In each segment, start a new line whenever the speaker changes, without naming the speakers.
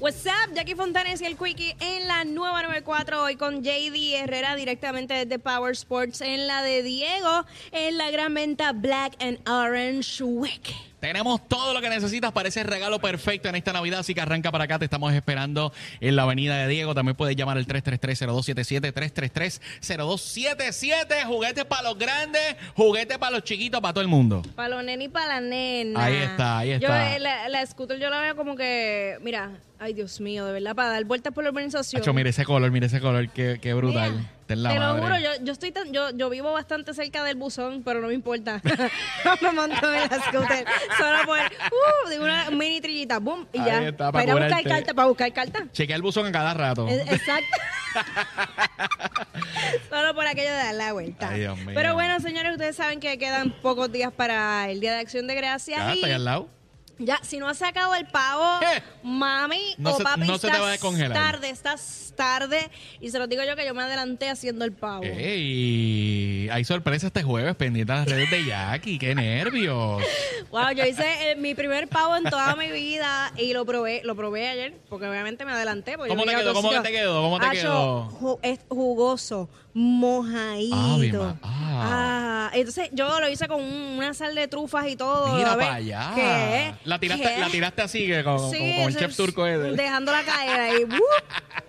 What's up, Jackie Fontanes y el Quickie en la nueva 94, hoy con JD Herrera directamente desde Power Sports en la de Diego, en la gran venta Black and Orange Week.
Tenemos todo lo que necesitas para ese regalo perfecto en esta Navidad, así que arranca para acá, te estamos esperando en la avenida de Diego. También puedes llamar al 333-0277, 333-0277, juguetes para los grandes, juguetes para los chiquitos, para todo el mundo.
Para los nenes y para la nena.
Ahí está, ahí está.
Yo, eh, la, la scooter yo la veo como que, mira, ay Dios mío, de verdad, para dar vueltas por la urbanización.
Hacho, mire ese color, mire ese color, qué, qué brutal.
Mira,
Está en la
te
madre.
lo juro, yo, yo estoy tan- yo, yo vivo bastante cerca del buzón, pero no me importa. No me monto en la scooter. Solo por uh, de una mini trillita, boom, y
Ahí
ya. para
está, para
ir a buscar
curarte. Oh.
carta, para buscar carta.
Chequea el buzón a cada rato.
Es- Exacto. Solo por aquello de dar la vuelta.
Ay, Dios mío.
Pero bueno, señores, ustedes saben que quedan pocos días para el Día de Acción de Gracias.
Ya,
y
está ahí al lado.
ya, si no has sacado el pavo,
¿Qué?
mami
No
o
se-
papi,
no se te
estás
va a descongelar.
tarde, estás tarde. Y se lo digo yo que yo me adelanté haciendo el pavo.
Ey, hay sorpresa este jueves pendiente a las redes de Jackie, qué nervios.
Wow, yo hice eh, mi primer pavo en toda mi vida y lo probé, lo probé ayer, porque obviamente me adelanté. porque
¿Cómo
yo
te
llegué a
quedó?
otro
¿Cómo
sitio.
te quedó? ¿Cómo te
Hacho,
quedó?
ju- es jugoso, mojadito.
Ave ma- ah.
Ah, entonces yo lo hice con un- una sal de trufas y todo.
Mira
a ver,
para allá.
¿Qué?
La tiraste,
¿Qué?
la tiraste así que con, con-
Sí,
con el
eso
chef
es-
turco ese.
Dejándola caer ahí. ¡wup!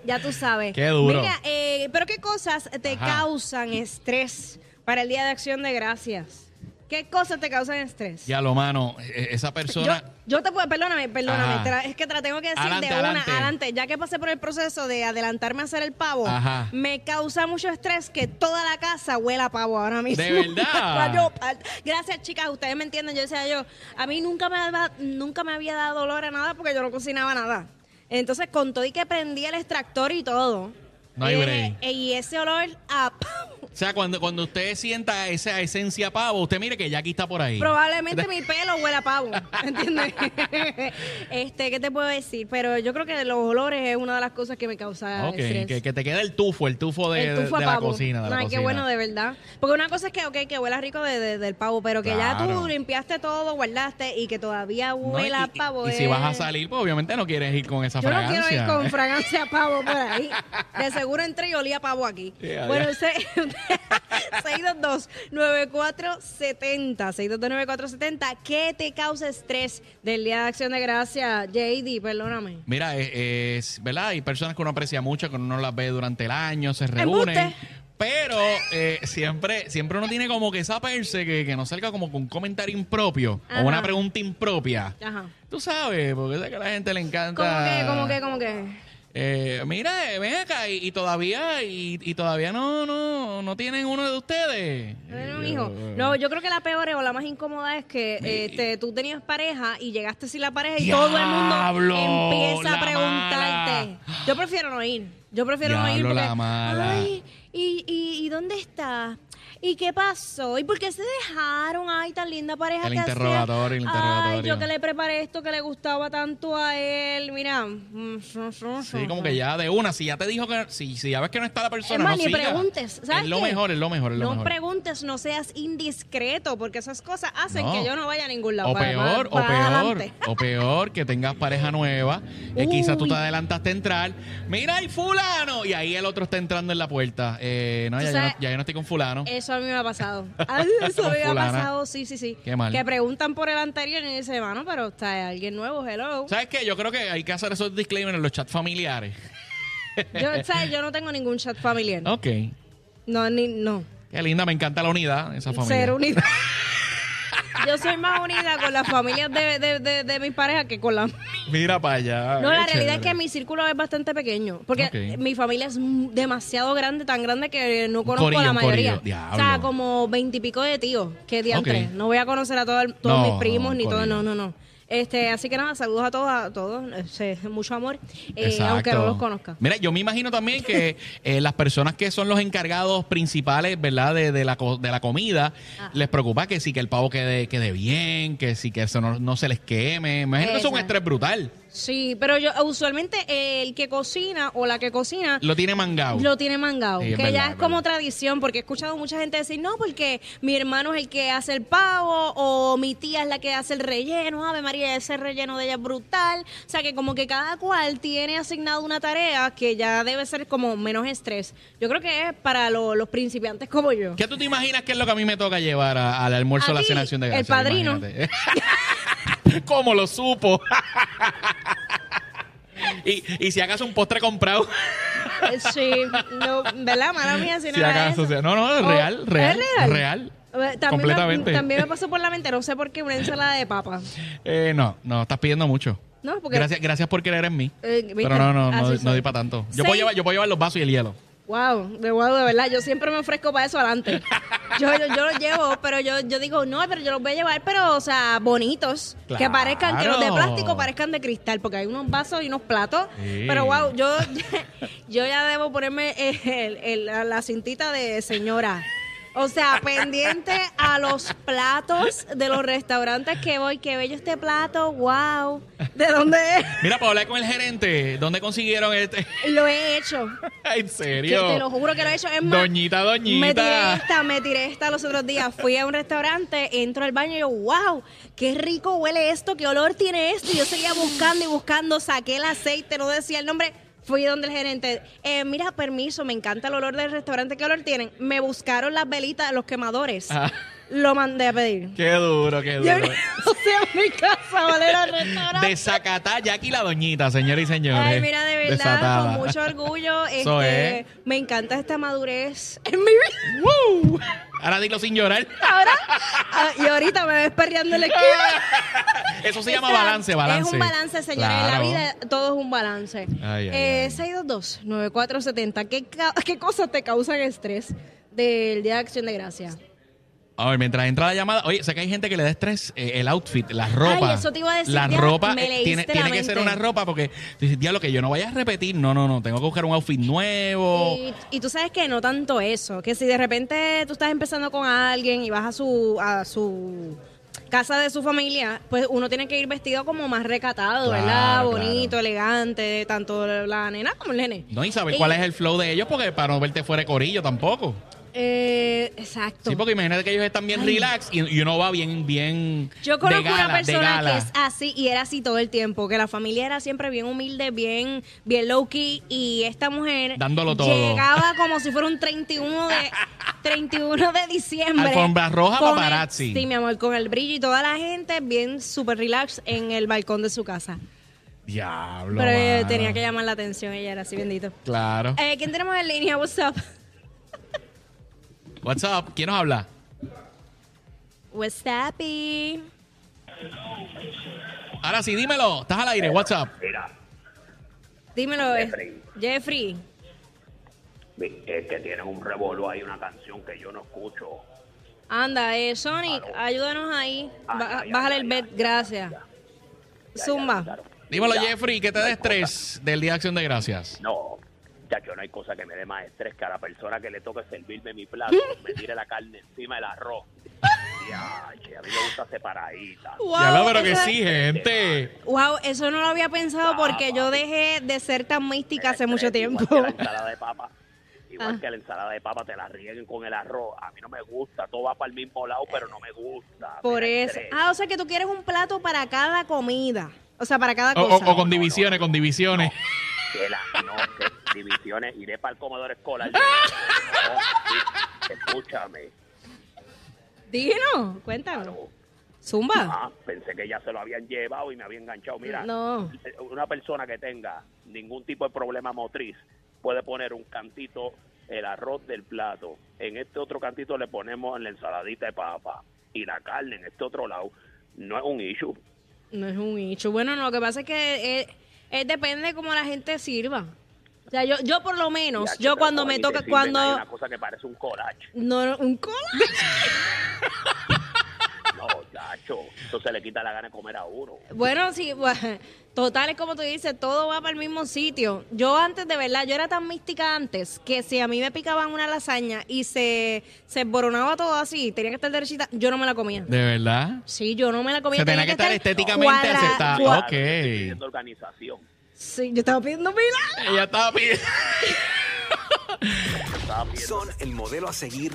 ya tú sabes.
Qué duro.
Mira, eh, pero ¿qué cosas te
Ajá.
causan estrés para el Día de Acción de Gracias? ¿Qué cosas te causan estrés?
Ya lo mano, e- e- esa
Yo,
persona
yo te puedo, perdóname, perdóname,
Ajá.
te la- es que te la tengo que decir
Adelante,
de una,
adelante.
adelante. Ya que pasé por el proceso de adelantarme a hacer el pavo,
Ajá.
me causa mucho estrés que toda la casa huela a pavo ahora mismo.
¿De verdad?
Yo, al- gracias, chicas, ustedes me entienden. Yo decía yo, a mí nunca me, daba- nunca me había dado dolor a nada porque yo no cocinaba nada. Entonces, con todo y que prendí el extractor y todo.
No hay
eh,
break.
eh, y ese olor a pavo.
o sea, cuando, cuando usted sienta esa esencia pavo, usted mire que Jackie está por ahí.
Probablemente mi pelo huela a pavo, ¿entiendes? este, ¿qué te puedo decir? Pero yo creo que los olores es una de las cosas que me causa
Ok,
estrés.
que, que te queda el tufo, el tufo de,
el tufo a
de la
pavo.
cocina. De la
Ay, qué
cocina.
bueno, de verdad. Porque una cosa es que, ok, que huela rico de- de- del pavo, pero que ya
Claro.
tú limpiaste todo, guardaste y que todavía
No, y-
huela a
y-
pavo.
y, si vas a
es-
salir, pues obviamente no quieres ir con esa
yo no
fragancia.
quiero ir con fragancia a pavo por ahí. De seguro entré y olía pavo aquí.
Yeah,
bueno,
yeah.
ese- 622-9470. 622-9470. ¿Qué te causa estrés del Día de Acción de Gracia, JD? Perdóname.
Mira, eh, es, ¿verdad? Hay personas que uno aprecia mucho, que uno las ve durante el año, se reúnen.
Embuste.
Pero eh, siempre, siempre uno tiene como que esa perse que, que no salga como con un comentario impropio
Ajá.
o una pregunta impropia.
Ajá.
Tú sabes, porque sé que a la gente le encanta.
¿Cómo que, cómo que, cómo que?
Eh, mira, eh, ven acá y, y todavía y, y todavía no no no tienen uno de ustedes.
Bueno,
Y yo,
mijo.
eh,
No, yo creo que la peor o la más incómoda es que este, tú tenías pareja y llegaste sin la pareja y todo el mundo
¡Diablo!
empieza a
¡La
preguntarte.
mala!
Yo prefiero no ir. Yo prefiero no ir
¡Diablo,
porque,
la mala!
ay, ¿y, y, y dónde está? ¿Y qué pasó? ¿Y por qué se dejaron? Ay, tan linda pareja
El
que hacía.
interrogatorio, el
Ay,
interrogatorio.
yo que le preparé esto que le gustaba tanto a él. Mira. mm, fru, fru,
Sí,
fru,
como
fru.
que ya de una, si ya te dijo que si, si ya ves que no está la persona,
Es más,
no
ni
sigas.
preguntes. ¿sabes
es lo
qué?
mejor, es lo mejor, es lo
no
mejor.
preguntes, no seas indiscreto, porque esas cosas hacen
No.
que yo no vaya a ningún lado.
O
Para-
peor,
para- para
o peor,
adelante.
o peor que tengas pareja nueva, eh, quizás tú
Uy.
te adelantaste a entrar, mira el fulano, y ahí el otro está entrando en la puerta. Eh, no,
Tú
ya, yo
sabes-
no, ya yo no estoy con fulano.
Eso a mí me ha pasado. Ah, Eso
Con
me ha
fulana.
pasado, sí, sí, sí.
Qué mal.
Que preguntan por el anterior y dicen, mano, pero está alguien nuevo, hello.
¿Sabes qué? Yo creo que hay que hacer esos disclaimers en los chats familiares.
Yo, ¿sabes? yo no tengo ningún chat familiar.
Ok. Qué
No, ni, no.
linda, me encanta la unidad, esa familia.
Ser unida. Yo soy más unida con las familias de, de, de, de mis parejas que con las
Mira para allá.
No,
Ah, qué
la realidad es
chévere.
que mi círculo es bastante pequeño, porque
Ok.
mi familia es m- demasiado grande, tan grande que no conozco
corillo,
a la
un
mayoría.
corillo, diablo.
O sea, como veintipico de tíos, que diantres.
Ok.
No voy a conocer a todo el- todos
No,
mis primos
no,
ni todo,
corillo.
no, no, no. Este, así que nada, saludos a todos, a todos, eh, mucho amor, eh, aunque no
Exacto.
los conozca.
Mira, yo me imagino también que eh, las personas que son los encargados principales, ¿verdad? De, de la, co- de la comida,
Ah.
les preocupa que sí, que el pavo quede, quede bien, que sí, que eso no, no se les queme. Me imagino que eso es un
Exacto.
estrés brutal.
Sí, pero yo usualmente eh, el que cocina o la que cocina
Lo tiene mangado.
lo tiene mangado,
Sí,
que
es verdad,
ya es
es
como
verdad.
tradición, porque he escuchado mucha gente decir, no, porque mi hermano es el que hace el pavo, o mi tía es la que hace el relleno, Ave María, ese relleno de ella es brutal. O sea, que como que cada cual tiene asignado una tarea que ya debe ser como menos estrés. Yo creo que es para lo- los principiantes como yo.
¿Qué tú te imaginas que es lo que a mí me toca llevar a- al almuerzo
A
a la
ti,
cena de acción de
el
gracias?
padrino.
Imagínate. ¿Cómo lo supo? y, y si acaso un postre comprado.
Eh, Sí, no, ¿verdad? Mala mía, si, no
si
era
acaso.
eso.
o sea, no, no, es
O-
real,
¿es
real.
real?
real.
Eh, También
completamente.
Me, también me pasó por la mente, no sé por qué, una ensalada de papa.
Eh, no, no, estás pidiendo mucho.
No, porque-
gracias, gracias por creer en mí.
Eh, ¿viste?
Pero no, no, no,
Así
no
soy.
di para tanto. Yo
Seis-
puedo, llevar, yo puedo llevar los vasos y el hielo.
Wow, de wow, de verdad, yo siempre me ofrezco para eso adelante. Yo, yo, yo los llevo, pero yo, yo digo, no, pero yo los voy a llevar, pero, o sea, bonitos, que
Claro.
parezcan, que los de plástico parezcan de cristal, porque hay unos vasos y unos platos,
Sí.
pero wow, yo, yo ya debo ponerme eh, el- el- la, la cintita de señora. O sea, pendiente a los platos de los restaurantes que voy, qué bello este plato, wow, ¿de dónde es?
Mira, para hablar con el gerente, ¿dónde consiguieron este?
Lo he hecho.
en
Que
serio.
te lo juro que lo he hecho. Es más,
Doñita,
Me tiré
doñita.
esta, me tiré esta los otros días. Fui a un restaurante, entro al baño y yo, wow, qué rico huele esto, qué olor tiene esto. Y yo seguía buscando y buscando, saqué el aceite, no decía el nombre. Fui donde el gerente, eh, mira, permiso, me encanta el olor del restaurante, ¿qué olor tienen? Me buscaron las velitas, los quemadores.
Ah.
Lo mandé a pedir.
Qué duro, qué
Yo
duro.
no sé a mi casa, ¿vale? Era el restaurante.
De Zacatá, Jackie la doñita, señores y señores.
Ay, mira, de verdad,
Desatada.
con mucho orgullo.
Eso
este,
es.
Me encanta esta madurez en mi vida.
¡Woo! Ahora dilo sin llorar.
Ahora, ah, y ahorita me ves perreando en la esquina.
Ah, Eso se
O
llama
sea,
balance, balance.
Es un balance, señores.
Claro.
En la vida todo es un balance.
Ay, ay,
eh,
ay.
622-9470. ¿Qué, ca- ¿Qué cosas te causan estrés del Día de Acción de Gracia?
A ver, mientras entra la llamada, oye, sé que hay gente que le da estrés eh, el outfit, la ropa.
Ay, eso te iba a decir,
La
ya
ropa
me
eh,
leíste
tiene,
la
tiene que ser
mente.
una ropa porque dices, diablo, que yo no vaya a repetir. No, no, no, tengo que buscar un outfit nuevo.
Y, y tú sabes que no tanto eso, que si de repente tú estás empezando con alguien y vas a su a su casa de su familia, pues uno tiene que ir vestido como más recatado,
Claro,
¿verdad?
claro.
Bonito, elegante, tanto la nena como el nene.
No, y saber
Y-
cuál es el flow de ellos porque para no verte fuera de corillo tampoco.
Eh, exacto.
Sí, porque imagínate que ellos están bien relax y, y uno va bien, bien.
Yo
de
conozco
gala,
una
de
persona
gala.
que es así y era así todo el tiempo, que la familia era siempre bien humilde, bien, bien low key y esta mujer
Dándolo todo.
llegaba como si fuera un 31 de 31 de diciembre.
Alfombra roja,
con el-
paparazzi.
sí, mi amor, con el brillo y toda la gente bien super relax en el balcón de su casa.
Diablo.
Pero eh,
mano.
tenía que llamar la atención, ella era así bendito.
Claro.
Eh, ¿quién tenemos en línea? What's up?
What's up? ¿Quién nos habla?
What's happy?
Ahora sí, dímelo. Estás al aire. What's up?
Mira,
Dímelo, eh,
Jeffrey.
Jeffrey.
vi- es que tienes un revolú hay una canción que yo no escucho.
Anda, eh, Sonic, ayúdanos ahí.
Ah,
Ba-
ya, ya,
bájale
ya,
el
ya,
bet,
ya,
gracias.
Ya, ya,
Zumba.
claro.
Dímelo,
Mira,
Jeffrey, que te
no
da
hay
estrés del Día de Acción de Gracias.
cosa- No, chacho, no hay cosa que me dé más estrés que a la persona que le toque servirme mi plato, me tire la carne encima del arroz. Ya, che, a mí me gusta separadita.
ya lo, pero
eso
que
es-
sí, gente.
Wow, eso no lo había pensado porque yo dejé de ser tan mística hace
El
mucho
estrés,
tiempo.
Igual que la ensalada de papa. Igual
Ah.
que la ensalada de papa te la rieguen con el arroz. A mí no me gusta. Todo va para el mismo lado, pero no me gusta. Me
Por
da
eso.
estrés.
Ah, o sea que tú quieres un plato para cada comida. O sea, para cada
O,
cosa.
o- o con divisiones, con divisiones.
que la no, que divisiones, iré para el comedor escolar. No, escúchame.
Dino, cuéntanos.
no.
Zumba.
Ah, pensé que ya se lo habían llevado y me había enganchado. Mira, eh,
No.
una persona que tenga ningún tipo de problema motriz puede poner un cantito el arroz del plato. En este otro cantito le ponemos la ensaladita de papa y la carne en este otro lado. No es un issue.
No es un hecho. Bueno, no, lo que pasa es que eh, eh, depende cómo la gente sirva. O sea, yo, yo por lo menos,
Ya,
yo
pero
cuando
cogen
me
y te
toca,
sirven
cuando...
ahí Una cosa que parece un coraje.
No, no, un cola.
No, Tacho, eso se le quita la gana de comer a uno.
Bueno, sí, bueno, total, es como tú dices, todo va para el mismo sitio. Yo antes, de verdad, yo era tan mística antes que si a mí me picaban una lasaña y se, se esboronaba todo así, tenía que estar derechita, yo no me la comía.
¿De verdad?
Sí, yo no me la comía.
Se tenía que estar estéticamente
cuadra-
aceptada.
cua-
Ok.
yo estoy pidiendo organización.
Sí, yo estaba pidiendo milagros.
Ella estaba pidiendo.
Estaba pidiendo
Son el modelo a seguir